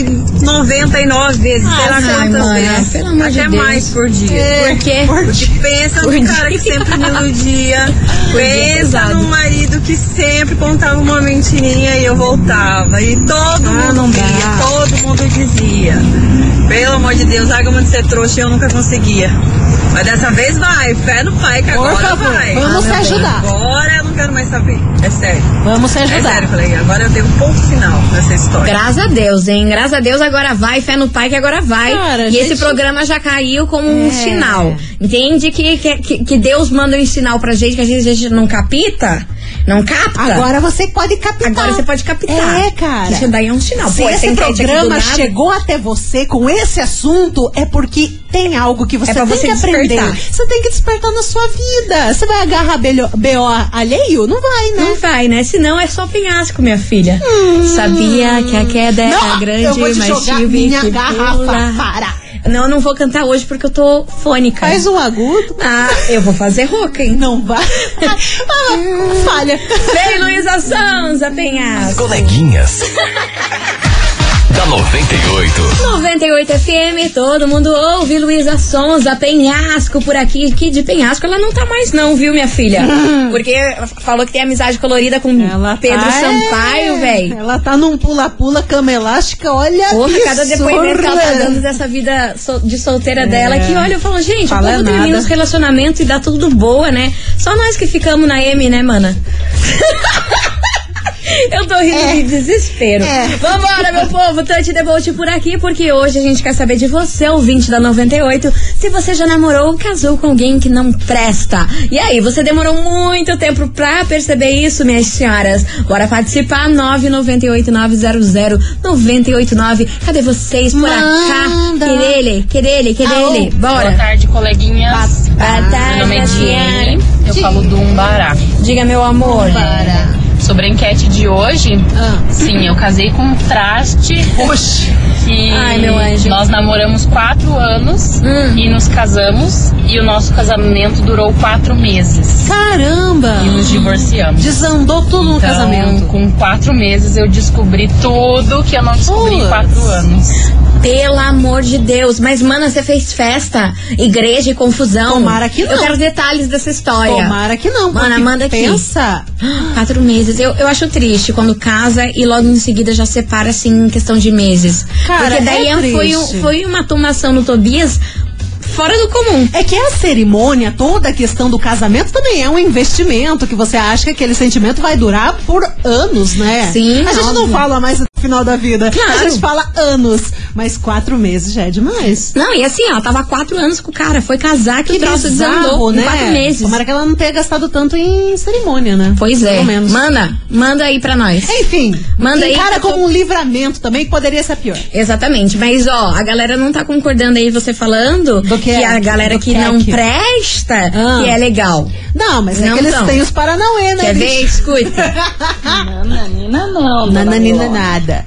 Speaker 10: 399 vezes,
Speaker 5: Ah,
Speaker 10: sei lá
Speaker 4: ai,
Speaker 10: quantas
Speaker 4: mana,
Speaker 5: é,
Speaker 10: vezes.
Speaker 4: pelo amor de
Speaker 10: Até
Speaker 4: Deus.
Speaker 10: mais por dia.
Speaker 4: É Por quê?
Speaker 10: Porque pensa
Speaker 4: Por
Speaker 10: num cara que sempre me iludia. pensa
Speaker 4: pesado.
Speaker 10: num marido que sempre contava uma mentirinha e eu voltava. E todo mundo via, todo mundo dizia. Pelo amor de Deus, Água de ser trouxa e eu nunca conseguia. Mas dessa vez vai, pé no pai, que
Speaker 5: Por
Speaker 10: agora
Speaker 5: favor,
Speaker 10: vai. Ah,
Speaker 5: vamos se ajudar.
Speaker 10: Agora eu não quero mais saber. É sério.
Speaker 5: Vamos se
Speaker 10: É sério,
Speaker 5: ajudar.
Speaker 10: colega. Agora eu dei um ponto final nessa história.
Speaker 4: Graças a Deus, hein? Graças a Deus agora vai, fé no pai que agora vai.
Speaker 5: Cara,
Speaker 4: e
Speaker 5: gente- É.
Speaker 4: esse programa já caiu como um sinal. Entende que, que, que- que Deus manda um sinal pra gente que às vezes a gente não capita? Não capta?
Speaker 5: Agora você pode captar.
Speaker 4: Agora você pode captar.
Speaker 5: É, cara.
Speaker 4: Isso daí é um sinal.
Speaker 5: Se
Speaker 4: Pô, essa
Speaker 5: esse
Speaker 4: enquete aqui do
Speaker 5: programa
Speaker 4: nada-
Speaker 5: chegou até você com esse assunto, é porque tem algo que você
Speaker 4: É pra
Speaker 5: tem
Speaker 4: você
Speaker 5: que aprender.
Speaker 4: despertar.
Speaker 5: Você tem que despertar na sua vida. Você vai agarrar BO BO alheio? Não vai, né? Hum.
Speaker 4: Não vai, né? Senão é só penhasco, minha filha. Sabia que a queda era
Speaker 5: Não,
Speaker 4: É, grande,
Speaker 5: eu vou te
Speaker 4: mas
Speaker 5: jogar
Speaker 4: tive
Speaker 5: minha
Speaker 4: que
Speaker 5: garrafa
Speaker 4: pular.
Speaker 5: para.
Speaker 4: Não, eu não vou cantar hoje porque eu tô fônica.
Speaker 5: Faz um agudo.
Speaker 4: Ah, eu vou fazer rouca, hein?
Speaker 5: Não vai. Ah, falha.
Speaker 4: Vem, Luísa Sonza, penhasco.
Speaker 6: Coleguinhas. da 98.
Speaker 4: 98 FM, todo mundo ouve Luísa Sonza, penhasco por aqui. Que de penhasco ela não tá mais, não, viu, minha filha? Porque falou que tem amizade colorida com Pedro
Speaker 5: Hum. tá, é.
Speaker 4: Sampaio, velho.
Speaker 5: Ela tá num pula-pula, cama elástica, olha
Speaker 4: Porra,
Speaker 5: que
Speaker 4: cada depoimento que ela tá
Speaker 5: surra.
Speaker 4: dando dessa vida sol- de solteira dela que olha, eu falo, gente,
Speaker 5: É. Fala
Speaker 4: o povo termina
Speaker 5: nada.
Speaker 4: os relacionamentos e dá tudo boa, né? Só nós que ficamos na M, né, mana? Eu tô rindo de desespero. Vambora, meu povo, Tante Debolt por aqui, porque hoje a gente quer saber de você, ouvinte da 98, se você já namorou ou casou com alguém que não presta. E aí, você demorou muito tempo pra perceber isso, minhas senhoras? Bora participar, 998-900-989. Cadê vocês por
Speaker 5: Manda.
Speaker 4: acá? Querele, querele, querele. Bora.
Speaker 11: tarde, coleguinhas.
Speaker 4: Boa
Speaker 11: Meu nome é Diane, eu falo do Umbará.
Speaker 4: Diga, meu amor.
Speaker 11: Sobre a enquete de hoje,
Speaker 5: Ah.
Speaker 11: sim, eu casei com um traste. Que
Speaker 4: Ai, meu anjo.
Speaker 11: Nós namoramos quatro anos
Speaker 4: Hum.
Speaker 11: e nos casamos. E o nosso casamento durou quatro meses.
Speaker 5: Caramba!
Speaker 11: E nos divorciamos.
Speaker 5: Desandou tudo no
Speaker 11: Então,
Speaker 5: casamento.
Speaker 11: com quatro meses eu descobri tudo que eu não descobri em
Speaker 5: Putz.
Speaker 11: quatro anos.
Speaker 4: Pelo amor de Deus. Mas, mana, você fez festa, igreja e confusão.
Speaker 5: Tomara que
Speaker 4: Eu
Speaker 5: não.
Speaker 4: quero detalhes dessa história.
Speaker 5: Tomara que não.
Speaker 4: Mana,
Speaker 5: porque
Speaker 4: manda aqui.
Speaker 5: Pensa.
Speaker 4: Quatro meses. Eu, eu acho triste quando casa e logo em seguida já separa, assim, em questão de meses.
Speaker 5: Cara,
Speaker 4: Porque daí
Speaker 5: é
Speaker 4: é- foi, um-
Speaker 5: triste.
Speaker 4: foi uma tomação no Tobias fora do comum.
Speaker 5: É que a cerimônia, toda a questão do casamento também é um investimento que você acha que aquele sentimento vai durar por anos, né?
Speaker 4: Sim,
Speaker 5: A gente não
Speaker 4: óbvio.
Speaker 5: fala mais no final da vida.
Speaker 4: Claro.
Speaker 5: A gente fala anos. Mas quatro meses já é demais.
Speaker 4: Não, e assim, ó, tava quatro anos com o cara, foi casar que, o troço desandou em quatro meses.
Speaker 5: né? Tomara que ela não tenha gastado tanto em cerimônia, né?
Speaker 4: Pois é.
Speaker 5: Pelo menos. É
Speaker 4: Manda, manda aí pra nós.
Speaker 5: Enfim,
Speaker 4: Manda aí
Speaker 5: encara
Speaker 4: que eu tô-
Speaker 5: como um livramento também, que poderia ser pior.
Speaker 4: Exatamente, mas ó, a galera não tá concordando aí você falando
Speaker 5: Do que é?
Speaker 4: a galera
Speaker 5: Do
Speaker 4: que
Speaker 5: que é
Speaker 4: não
Speaker 5: que-
Speaker 4: presta
Speaker 5: Ah.
Speaker 4: que é legal.
Speaker 5: Não, mas é
Speaker 4: Não
Speaker 5: que eles
Speaker 4: tão.
Speaker 5: têm os Paranauê, né?
Speaker 4: Quer ver?
Speaker 5: bicho?
Speaker 4: Escuta.
Speaker 11: Nananina não.
Speaker 5: Nananina nada.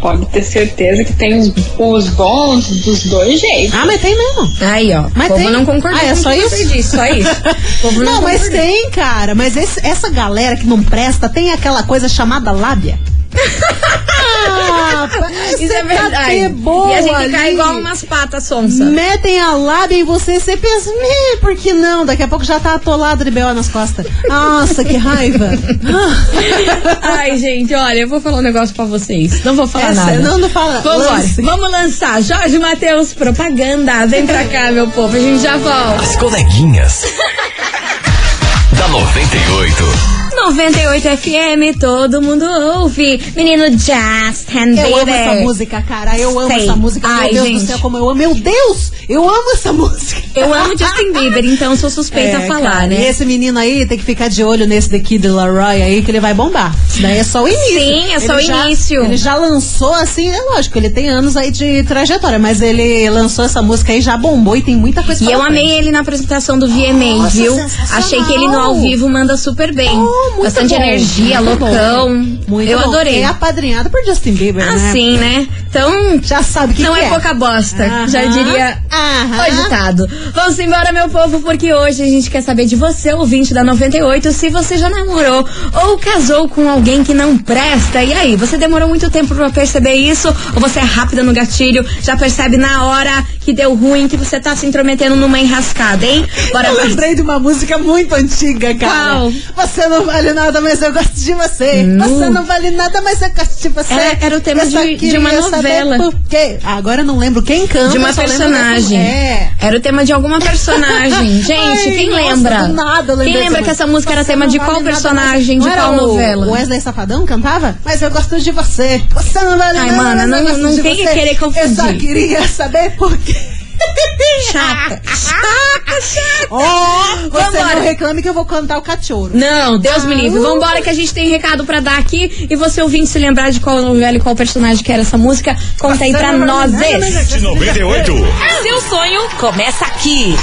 Speaker 11: Pode ter certeza que tem os bons dos dois jeitos.
Speaker 5: Ah, mas tem mesmo.
Speaker 4: Aí, ó.
Speaker 5: Mas
Speaker 4: o povo
Speaker 5: tem.
Speaker 4: não concordou
Speaker 5: Ah, é
Speaker 4: com
Speaker 5: só
Speaker 4: o que
Speaker 5: isso?
Speaker 4: você disse, só isso. O povo
Speaker 5: Não, mas
Speaker 4: concordou.
Speaker 5: tem, cara. Mas esse- essa galera que não presta tem aquela coisa chamada lábia. ah,
Speaker 4: Isso é verdade.
Speaker 5: boa
Speaker 4: e a gente cai
Speaker 5: ali.
Speaker 4: igual umas patas sonsa.
Speaker 5: Metem a lábia em você, você pensa, "Meh, por que não? Daqui a pouco já tá atolado de B.O. nas costas. Nossa, que raiva.
Speaker 4: Ai, gente, olha, eu vou falar um negócio pra vocês. Não vou falar
Speaker 5: Essa-
Speaker 4: nada.
Speaker 5: não, não fala.
Speaker 4: Vamos embora.
Speaker 5: Lance.
Speaker 4: Vamos lançar Jorge Matheus propaganda. Vem pra cá, meu povo. A gente já volta.
Speaker 6: As coleguinhas. da 98.
Speaker 4: 98 FM, todo mundo ouve. Menino Justin Bieber.
Speaker 5: Eu amo essa música, cara. Eu amo
Speaker 4: Sei.
Speaker 5: essa música.
Speaker 4: né? Ai,
Speaker 5: meu Deus
Speaker 4: gente.
Speaker 5: do céu, como eu amo. Meu Deus, eu amo essa música.
Speaker 4: Eu amo Justin Bieber, então sou suspeita a
Speaker 5: É,
Speaker 4: falar,
Speaker 5: cara, E
Speaker 4: né?
Speaker 5: esse menino aí tem que ficar de olho nesse The Kid Laroi aí, que ele vai bombar. Isso daí é só o início.
Speaker 4: Sim, é só
Speaker 5: Ele
Speaker 4: o
Speaker 5: já-
Speaker 4: início.
Speaker 5: Ele já lançou, assim, é lógico, ele tem anos aí de trajetória, mas ele lançou essa música aí, já bombou e tem muita coisa
Speaker 4: E
Speaker 5: pra
Speaker 4: eu
Speaker 5: frente.
Speaker 4: amei ele na apresentação do VMA,
Speaker 5: Nossa,
Speaker 4: viu?
Speaker 5: sensacional.
Speaker 4: Achei que ele no ao vivo manda super bem.
Speaker 5: Oh, muito
Speaker 4: Bastante
Speaker 5: bom,
Speaker 4: energia,
Speaker 5: muito
Speaker 4: loucão.
Speaker 5: bom. Muito
Speaker 4: eu
Speaker 5: bom.
Speaker 4: adorei.
Speaker 5: É apadrinhado por Justin Bieber, né?
Speaker 4: Assim, né? Então,
Speaker 5: Já sabe o que
Speaker 4: não
Speaker 5: que
Speaker 4: é, pouca bosta,
Speaker 5: Aham.
Speaker 4: já diria
Speaker 5: Aham.
Speaker 4: o ditado. Tá Vamos embora, meu povo, porque hoje a gente quer saber de você, ouvinte da 98, se você já namorou ou casou com alguém que não presta. E aí, você demorou muito tempo pra perceber isso? Ou você é rápida no gatilho, já percebe na hora que deu ruim, que você tá se intrometendo numa enrascada, hein? Bora
Speaker 5: Eu
Speaker 4: participar.
Speaker 5: lembrei de uma música muito antiga, cara.
Speaker 4: Qual?
Speaker 5: Você não vale nada, mas eu gosto de você.
Speaker 4: Nu.
Speaker 5: Você não vale nada, mas eu gosto de você.
Speaker 4: Era- era o tema
Speaker 5: Eu só
Speaker 4: de- de
Speaker 5: queria
Speaker 4: uma
Speaker 5: saber
Speaker 4: novela.
Speaker 5: por quê. Ah, Agora eu não lembro quem canta.
Speaker 4: De uma
Speaker 5: eu só lembro dessa-
Speaker 4: personagem.
Speaker 5: É.
Speaker 4: Era o tema de alguma personagem. Gente,
Speaker 5: Ai,
Speaker 4: quem
Speaker 5: nossa,
Speaker 4: lembra?
Speaker 5: do nada eu lembrei
Speaker 4: quem lembra
Speaker 5: dessa
Speaker 4: que essa música era
Speaker 5: Você
Speaker 4: tema
Speaker 5: não
Speaker 4: de
Speaker 5: vale
Speaker 4: qual
Speaker 5: nada, mas-
Speaker 4: personagem,
Speaker 5: Não
Speaker 4: de
Speaker 5: era
Speaker 4: qual
Speaker 5: o-
Speaker 4: novela?
Speaker 5: O Wesley Safadão cantava? Mas eu gosto de você. Você não vale
Speaker 4: Ai,
Speaker 5: nada.
Speaker 4: mana,
Speaker 5: mas eu
Speaker 4: não-
Speaker 5: gosto
Speaker 4: não
Speaker 5: de
Speaker 4: tem que
Speaker 5: você.
Speaker 4: querer
Speaker 5: Eu só
Speaker 4: confundir.
Speaker 5: queria saber por quê.
Speaker 4: Chata, chata, chata.
Speaker 5: Oh, você
Speaker 4: Vambora.
Speaker 5: não reclame que eu vou cantar o cachorro.
Speaker 4: Não, Deus me
Speaker 5: Ah.
Speaker 4: livre. Vambora que a gente tem recado pra dar aqui. E você ouvinte se lembrar de qual é novela e qual personagem que era essa música, conta aí pra nós.
Speaker 5: né?
Speaker 3: De 98.
Speaker 2: Seu sonho começa aqui.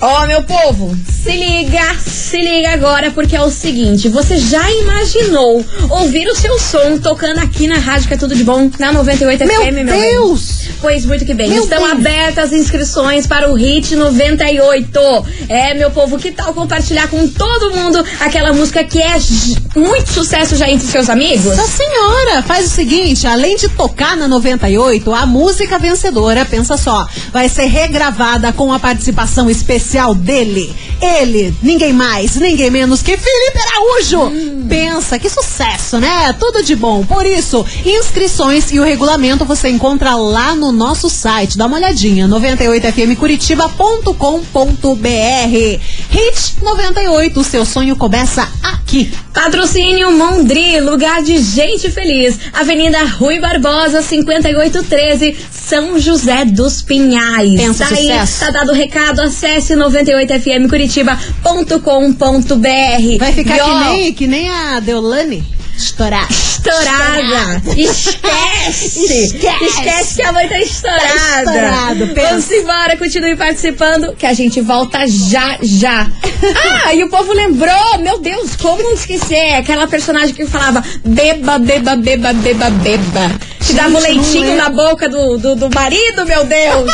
Speaker 4: Ó, meu povo, Se liga, se liga agora, porque é o seguinte: você já imaginou ouvir o seu som tocando aqui na Rádio Que é Tudo de Bom, na 98
Speaker 5: Meu
Speaker 4: FM, meu
Speaker 5: Deus!
Speaker 4: bem? Pois muito que bem.
Speaker 5: Meu
Speaker 4: Estão
Speaker 5: Deus!
Speaker 4: abertas as inscrições para o Hit 98. É, meu povo, que tal compartilhar com todo mundo aquela música que é j- muito sucesso já entre seus amigos?
Speaker 5: Nossa senhora, faz o seguinte, além de tocar na 98, a música vencedora, pensa só, vai ser regravada com a participação especial dele. Ele, ninguém mais, ninguém menos que Felipe Araújo. Pensa, que sucesso, né? Tudo de bom. Por isso, inscrições e o regulamento você encontra lá no nosso site. Dá uma olhadinha, 98fmcuritiba.com.br. Hit 98, o seu sonho começa aqui.
Speaker 4: Patrocínio Mondri, lugar de gente feliz. Avenida Rui Barbosa, 5813, São José dos Pinhais.
Speaker 5: Pensa
Speaker 4: tá aí,
Speaker 5: sucesso.
Speaker 4: tá dado o recado, acesse 98fmcuritiba.com.br.
Speaker 5: Vai ficar
Speaker 4: E, ó,
Speaker 5: que nem, que nem a Deolane? Estourar.
Speaker 4: Estourada. Esquece.
Speaker 5: Esquece.
Speaker 4: Esquece que a mãe tá estourada.
Speaker 5: Tá estourado, pensa.
Speaker 4: Vamos embora, continue participando, que a gente volta já, já. ah, e o povo lembrou, meu Deus, como esquecer? Aquela personagem que falava beba, beba, beba, beba, beba. Que dava um
Speaker 5: Gente, não
Speaker 4: leitinho
Speaker 5: lembro.
Speaker 4: na boca do, do, do marido, meu Deus.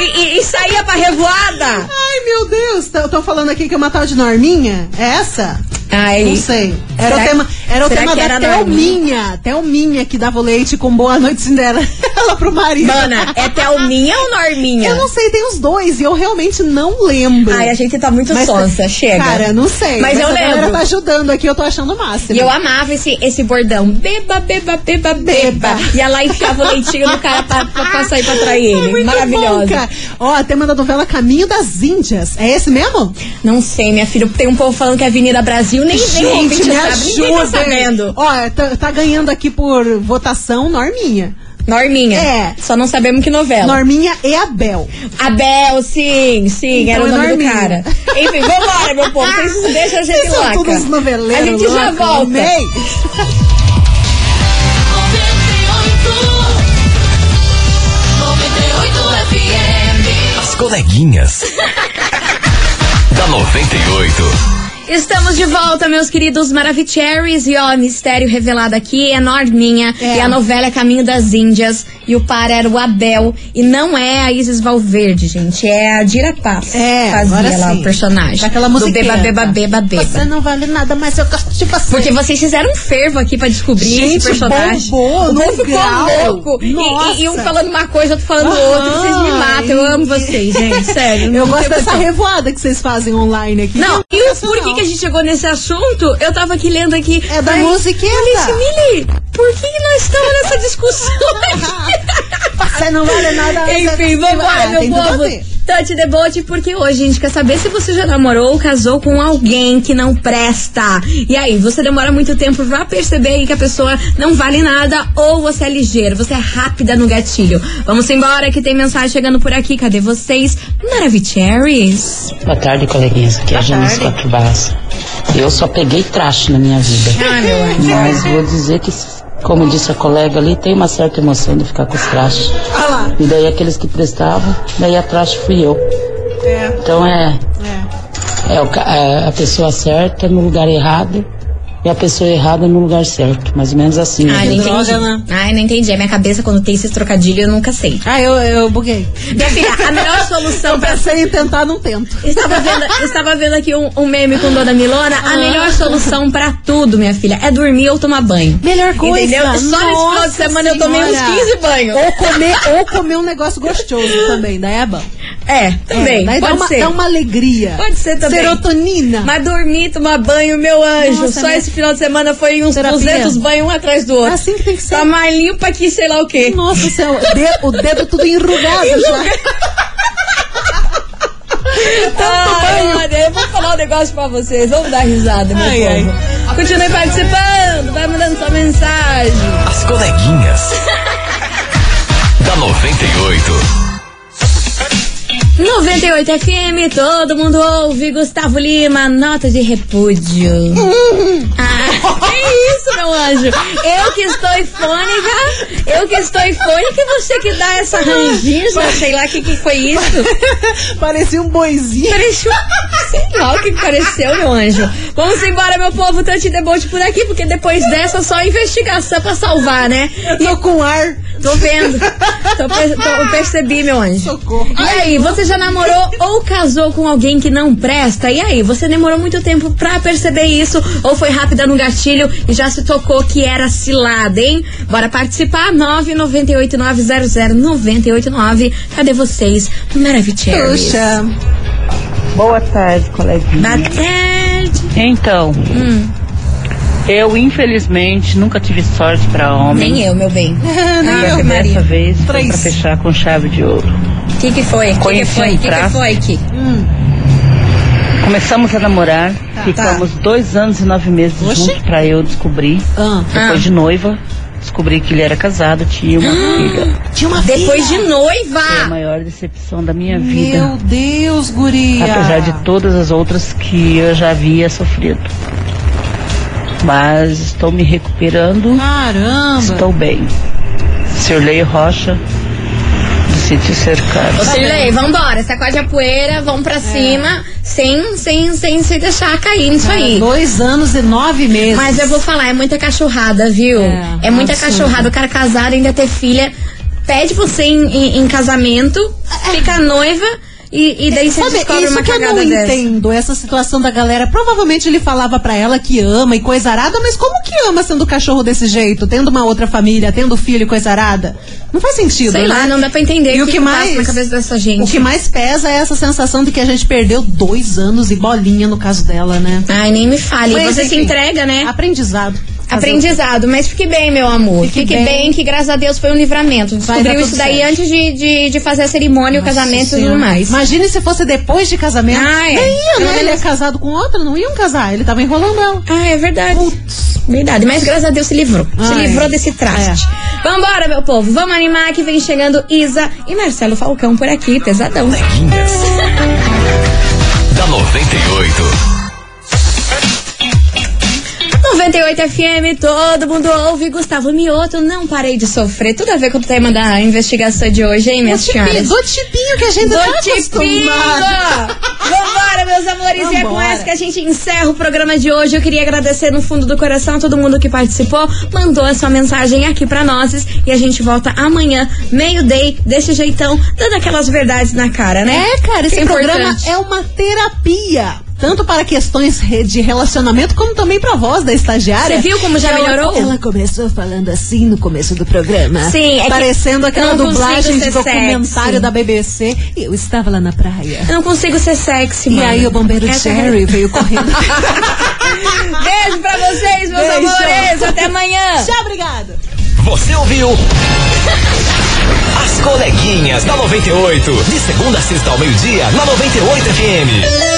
Speaker 4: e, e- e saía pra revoada.
Speaker 5: Ai, meu Deus. Eu tô falando aqui que é uma tal de Norminha. É essa?
Speaker 4: Ai,
Speaker 5: Não sei. Era
Speaker 4: É. Será-
Speaker 5: o tema, era o
Speaker 4: será
Speaker 5: tema
Speaker 4: que
Speaker 5: da
Speaker 4: era a Norminha?
Speaker 5: Thelminha. Thelminha que dava o leite com Boa Noite Cinderela ela pro marido.
Speaker 4: Mana, é Thelminha ou Norminha?
Speaker 5: Eu não sei, tem os dois e eu realmente não lembro. é,
Speaker 4: Ai, a gente tá muito sonsa, chega.
Speaker 5: Cara, não sei.
Speaker 4: Mas eu
Speaker 5: a galera
Speaker 4: lembro.
Speaker 5: tá ajudando aqui, eu tô achando o máximo.
Speaker 4: E eu amava esse, esse bordão. Beba, beba, beba, beba. E ela enfiava o leitinho no cara pra, pra, pra sair pra trair
Speaker 5: É
Speaker 4: ele.
Speaker 5: muito bom,
Speaker 4: Maravilhosa.
Speaker 5: cara. Ó, tema da novela Caminho das Índias. É esse mesmo?
Speaker 4: Não sei, minha filha. Tem um povo falando que é Avenida Brasil. Nem vem
Speaker 5: Gente,
Speaker 4: ouvinte
Speaker 5: me
Speaker 4: sabe. Ninguém tá
Speaker 5: ajuda.
Speaker 4: sabendo.
Speaker 5: Ó, tá, tá ganhando aqui por votação Norminha.
Speaker 4: Norminha.
Speaker 5: É.
Speaker 4: Só não sabemos que novela.
Speaker 5: Norminha e Abel.
Speaker 4: Abel, sim, sim,
Speaker 5: Então
Speaker 4: era o
Speaker 5: é
Speaker 4: nome
Speaker 5: Norminha.
Speaker 4: do cara. Enfim, vambora, meu povo. Vocês deixam a gente
Speaker 5: Vocês são
Speaker 4: lá.
Speaker 5: todos
Speaker 4: A
Speaker 5: noveleiros. né?
Speaker 4: gente já
Speaker 5: louca,
Speaker 4: volta.
Speaker 5: amei.
Speaker 2: 98 FM.
Speaker 6: As coleguinhas. da 98.
Speaker 4: Estamos de volta, meus queridos Maravicheries. E ó, mistério revelado aqui é Norminha.
Speaker 5: É.
Speaker 4: E a novela é Caminho das Índias. E o par era o Abel. E não é a Isis Valverde, gente. É a Dira Paz.
Speaker 5: É,
Speaker 4: Fazia
Speaker 5: agora
Speaker 4: lá
Speaker 5: sim.
Speaker 4: o personagem.
Speaker 5: Daquela
Speaker 4: do
Speaker 5: musiquinha.
Speaker 4: Beba, beba, beba, beba.
Speaker 5: Você não vale nada, mas eu gosto de você.
Speaker 4: Porque vocês fizeram um fervo aqui pra descobrir
Speaker 5: Gente,
Speaker 4: esse personagem.
Speaker 5: bombou
Speaker 4: o
Speaker 5: num
Speaker 4: povo ficou
Speaker 5: grau.
Speaker 4: louco. E- E,
Speaker 5: Nossa.
Speaker 4: e um falando uma coisa, outro falando
Speaker 5: Aham.
Speaker 4: outra. Vocês me matam. Eu amo vocês, gente. Sério.
Speaker 5: Eu
Speaker 4: não
Speaker 5: gosto
Speaker 4: tem
Speaker 5: dessa
Speaker 4: condição.
Speaker 5: revoada que vocês fazem online aqui. é
Speaker 4: Não, e o por
Speaker 5: Sensacional.
Speaker 4: que, que a gente chegou nesse assunto? Eu tava aqui lendo aqui.
Speaker 5: É da
Speaker 4: Ai,
Speaker 5: musiquinha.
Speaker 4: Alice Mili, por que, que nós estamos nessa discussão aqui?
Speaker 5: Ah. Você não vale nada. mas
Speaker 4: Enfim,
Speaker 5: é-
Speaker 4: vamos lá,
Speaker 5: Ah,
Speaker 4: meu
Speaker 5: tem tudo a
Speaker 4: povo.
Speaker 5: ver.
Speaker 4: Tante Debote, porque hoje a gente quer saber se você já namorou ou casou com alguém que não presta. E aí, você demora muito tempo pra perceber aí que a pessoa não vale nada ou você é ligeiro, você é rápida no gatilho. Vamos embora que tem mensagem chegando por aqui. Cadê vocês? Maravicheries.
Speaker 12: Boa tarde, coleguinhas. Aqui é a Janice Quatro Barras. Eu só peguei traste na minha vida.
Speaker 4: Ai, meu anjo.
Speaker 12: Mas vou dizer que, como disse a colega ali, tem uma certa emoção de ficar com os trastes.
Speaker 5: Olha lá.
Speaker 12: E daí aqueles que prestavam, daí a traste fui eu.
Speaker 5: É,
Speaker 12: Então é,
Speaker 5: é.
Speaker 12: é, o ca- é a pessoa certa no lugar errado e a pessoa errada no lugar certo. Mais ou menos
Speaker 5: Uhum.
Speaker 12: assim.
Speaker 4: Ai, não
Speaker 12: né?
Speaker 4: Ah, entendi. Ai, não entendi. A minha cabeça, quando tem esses trocadilhos, eu nunca sei.
Speaker 5: Ah, eu, eu buguei.
Speaker 4: Minha filha, a melhor solução pra.
Speaker 5: Pensei em tentar, não tento.
Speaker 4: Eu Estava vendo, eu estava vendo aqui um, um meme com Dona Milona.
Speaker 5: Ah.
Speaker 4: A melhor solução pra tudo, minha filha, é dormir ou tomar banho.
Speaker 5: Melhor coisa.
Speaker 4: Entendeu? É Só nesse final de
Speaker 5: Nossa
Speaker 4: semana eu tomei uns
Speaker 5: Senhora.
Speaker 4: 15 banhos.
Speaker 5: Ou comer, ou comer um negócio gostoso também, daí é bom.
Speaker 4: É, também.
Speaker 5: É, daí dá
Speaker 4: pode
Speaker 5: uma,
Speaker 4: ser.
Speaker 5: dá uma alegria.
Speaker 4: Pode ser também.
Speaker 5: Serotonina.
Speaker 4: Mas dormir, tomar banho, meu anjo.
Speaker 5: Nossa,
Speaker 4: Só
Speaker 5: minha-
Speaker 4: esse final de semana foi uns
Speaker 5: Terapia.
Speaker 4: 200 banhos um atrás do outro.
Speaker 5: É assim que tem que ser.
Speaker 4: Tá mais limpa que sei lá o quê.
Speaker 5: Nossa do céu, o de- o dedo tudo enrugado já.
Speaker 4: Ai, olha, eu vou falar um negócio pra vocês. Vamos dar risada, meu
Speaker 5: Ai,
Speaker 4: povo. Continue participando, vai mandando sua mensagem.
Speaker 6: As coleguinhas. da 98.
Speaker 4: 98 FM, todo mundo Uhum. ouve. Gustavo Lima, nota de repúdio. ah, que isso, meu anjo? Eu que estou ifônica, eu que estou ifônica e você que dá essa rangiza, sei lá o que, que foi isso.
Speaker 5: Parecia um boizinho.
Speaker 4: Parecia um... Sei lá o que que pareceu, meu anjo. Vamos embora, meu povo, Tante Debote por aqui, porque depois dessa só investigação pra salvar, né?
Speaker 5: Eu tô com ar.
Speaker 4: Tô vendo. Tô, per- tô- percebi, meu anjo. Socorro. E aí, você já namorou ou casou com alguém que não presta? E aí, você demorou muito tempo pra perceber isso ou foi rápida no gatilho e já se tocou que era cilada, hein? Bora participar? 998900989. Cadê vocês? Maravilhosos.
Speaker 5: Puxa.
Speaker 13: Boa tarde, coleguinha. Boa
Speaker 4: tarde.
Speaker 13: Então,
Speaker 4: Hum.
Speaker 13: eu infelizmente nunca tive sorte pra homem.
Speaker 4: Nem eu, meu bem.
Speaker 5: Ah,
Speaker 13: e a primeira vez foi pra fechar com chave de ouro.
Speaker 4: O que, que foi? O que, que
Speaker 13: Conheci
Speaker 4: foi?
Speaker 13: um
Speaker 4: O que, que
Speaker 13: prato.
Speaker 4: foi, Ki?
Speaker 13: Começamos a namorar,
Speaker 4: Tá.
Speaker 13: ficamos dois anos e nove meses juntos pra eu descobrir. Depois
Speaker 4: Ah.
Speaker 13: de noiva, descobri que ele era casado, tinha uma filha.
Speaker 5: Ah, Tinha uma
Speaker 4: Depois de noiva!
Speaker 13: Foi a maior decepção da minha vida.
Speaker 5: Meu Deus, guria.
Speaker 13: apesar de todas as outras que eu já havia sofrido. Mas estou me recuperando.
Speaker 5: Caramba!
Speaker 13: Estou bem. Sirlei Rocha, do sítio cercado.
Speaker 4: Ô, Shirley, vambora, sacode a poeira, vamos
Speaker 5: É.
Speaker 4: pra cima, sem, sem, sem se deixar cair nisso
Speaker 5: É,
Speaker 4: aí.
Speaker 5: Dois anos e nove meses.
Speaker 4: Mas eu vou falar, é muita cachorrada, viu? É, muita
Speaker 5: absurdo.
Speaker 4: cachorrada. O cara casado, ainda ter filha, pede você em, em- em casamento, fica noiva e, e daí você
Speaker 5: Sabe,
Speaker 4: descobre
Speaker 5: isso
Speaker 4: uma
Speaker 5: que eu
Speaker 4: cagada
Speaker 5: não
Speaker 4: dessa.
Speaker 5: entendo, essa situação da galera. Provavelmente ele falava pra ela que ama e coisa arada, mas como que ama sendo cachorro desse jeito? Tendo uma outra família, tendo filho e coisa arada? Não faz sentido,
Speaker 4: Sei
Speaker 5: né?
Speaker 4: lá, não dá pra entender
Speaker 5: E
Speaker 4: o
Speaker 5: o
Speaker 4: que
Speaker 5: que,
Speaker 4: que passa
Speaker 5: mais,
Speaker 4: na cabeça dessa gente.
Speaker 5: O que mais pesa é essa sensação de que a gente perdeu dois anos e bolinha no caso dela, né?
Speaker 4: Ai, nem me fale.
Speaker 5: Mas,
Speaker 4: você se
Speaker 5: enfim,
Speaker 4: entrega, né?
Speaker 5: Aprendizado.
Speaker 4: Aprendizado, mas fique bem, meu amor. Fique,
Speaker 5: Fique
Speaker 4: bem.
Speaker 5: bem,
Speaker 4: que graças a Deus foi um livramento.
Speaker 5: Vai
Speaker 4: Descobriu
Speaker 5: dar
Speaker 4: isso
Speaker 5: tudo
Speaker 4: daí
Speaker 5: certo.
Speaker 4: antes de, de, de fazer a cerimônia, o casamento e tudo
Speaker 5: Senhora.
Speaker 4: mais.
Speaker 5: Imagine se fosse depois de casamento.
Speaker 4: Ah, é.
Speaker 5: Nem ia,
Speaker 4: Pelo
Speaker 5: né? Ele é
Speaker 4: menos-
Speaker 5: casado com outra, não iam casar. Ele tava enrolando ela.
Speaker 4: Ah, é verdade. Verdade, mas graças a Deus se livrou. Se
Speaker 5: Ai. É.
Speaker 4: livrou desse traste. Vambora, meu povo. Vamos animar que vem chegando Isa e Marcelo Falcão por aqui, pesadão.
Speaker 6: Da 98.
Speaker 4: 98 FM, todo mundo ouve. Gustavo Mioto, não parei de sofrer. Tudo a ver com o tema da investigação de hoje, hein, minhas
Speaker 5: Do tipinho,
Speaker 4: senhoras?
Speaker 5: do tipinho que a gente
Speaker 4: do
Speaker 5: tá
Speaker 4: tipinho.
Speaker 5: acostumado.
Speaker 4: Vambora, meus amores. E é com
Speaker 5: Vambora.
Speaker 4: essa que a gente encerra o programa de hoje. Eu queria agradecer no fundo do coração a todo mundo que participou, mandou a sua mensagem aqui pra nós. E a gente volta amanhã, meio-day, desse jeitão, dando aquelas verdades na cara, né?
Speaker 5: É, cara, esse
Speaker 4: Que é
Speaker 5: programa
Speaker 4: importante.
Speaker 5: é uma terapia. Tanto para questões re- de relacionamento, como também pra voz da estagiária.
Speaker 4: Você viu como já
Speaker 5: Ela-
Speaker 4: melhorou?
Speaker 5: Ela começou falando assim no começo do programa.
Speaker 4: Sim, é que
Speaker 5: Parecendo aquela
Speaker 4: não consigo
Speaker 5: dublagem de
Speaker 4: ser
Speaker 5: documentário
Speaker 4: sexy.
Speaker 5: da BBC. E eu estava lá na praia.
Speaker 4: é- Eu não consigo ser sexy,
Speaker 5: E
Speaker 4: mano.
Speaker 5: aí o bombeiro
Speaker 4: Essa é a
Speaker 5: Jerry veio correndo.
Speaker 4: Beijo pra vocês, meus
Speaker 5: Beijo.
Speaker 4: amores. Até amanhã.
Speaker 5: Tchau, obrigada.
Speaker 6: Você ouviu? As coleguinhas da 98. De segunda a sexta ao meio-dia, na 98 FM.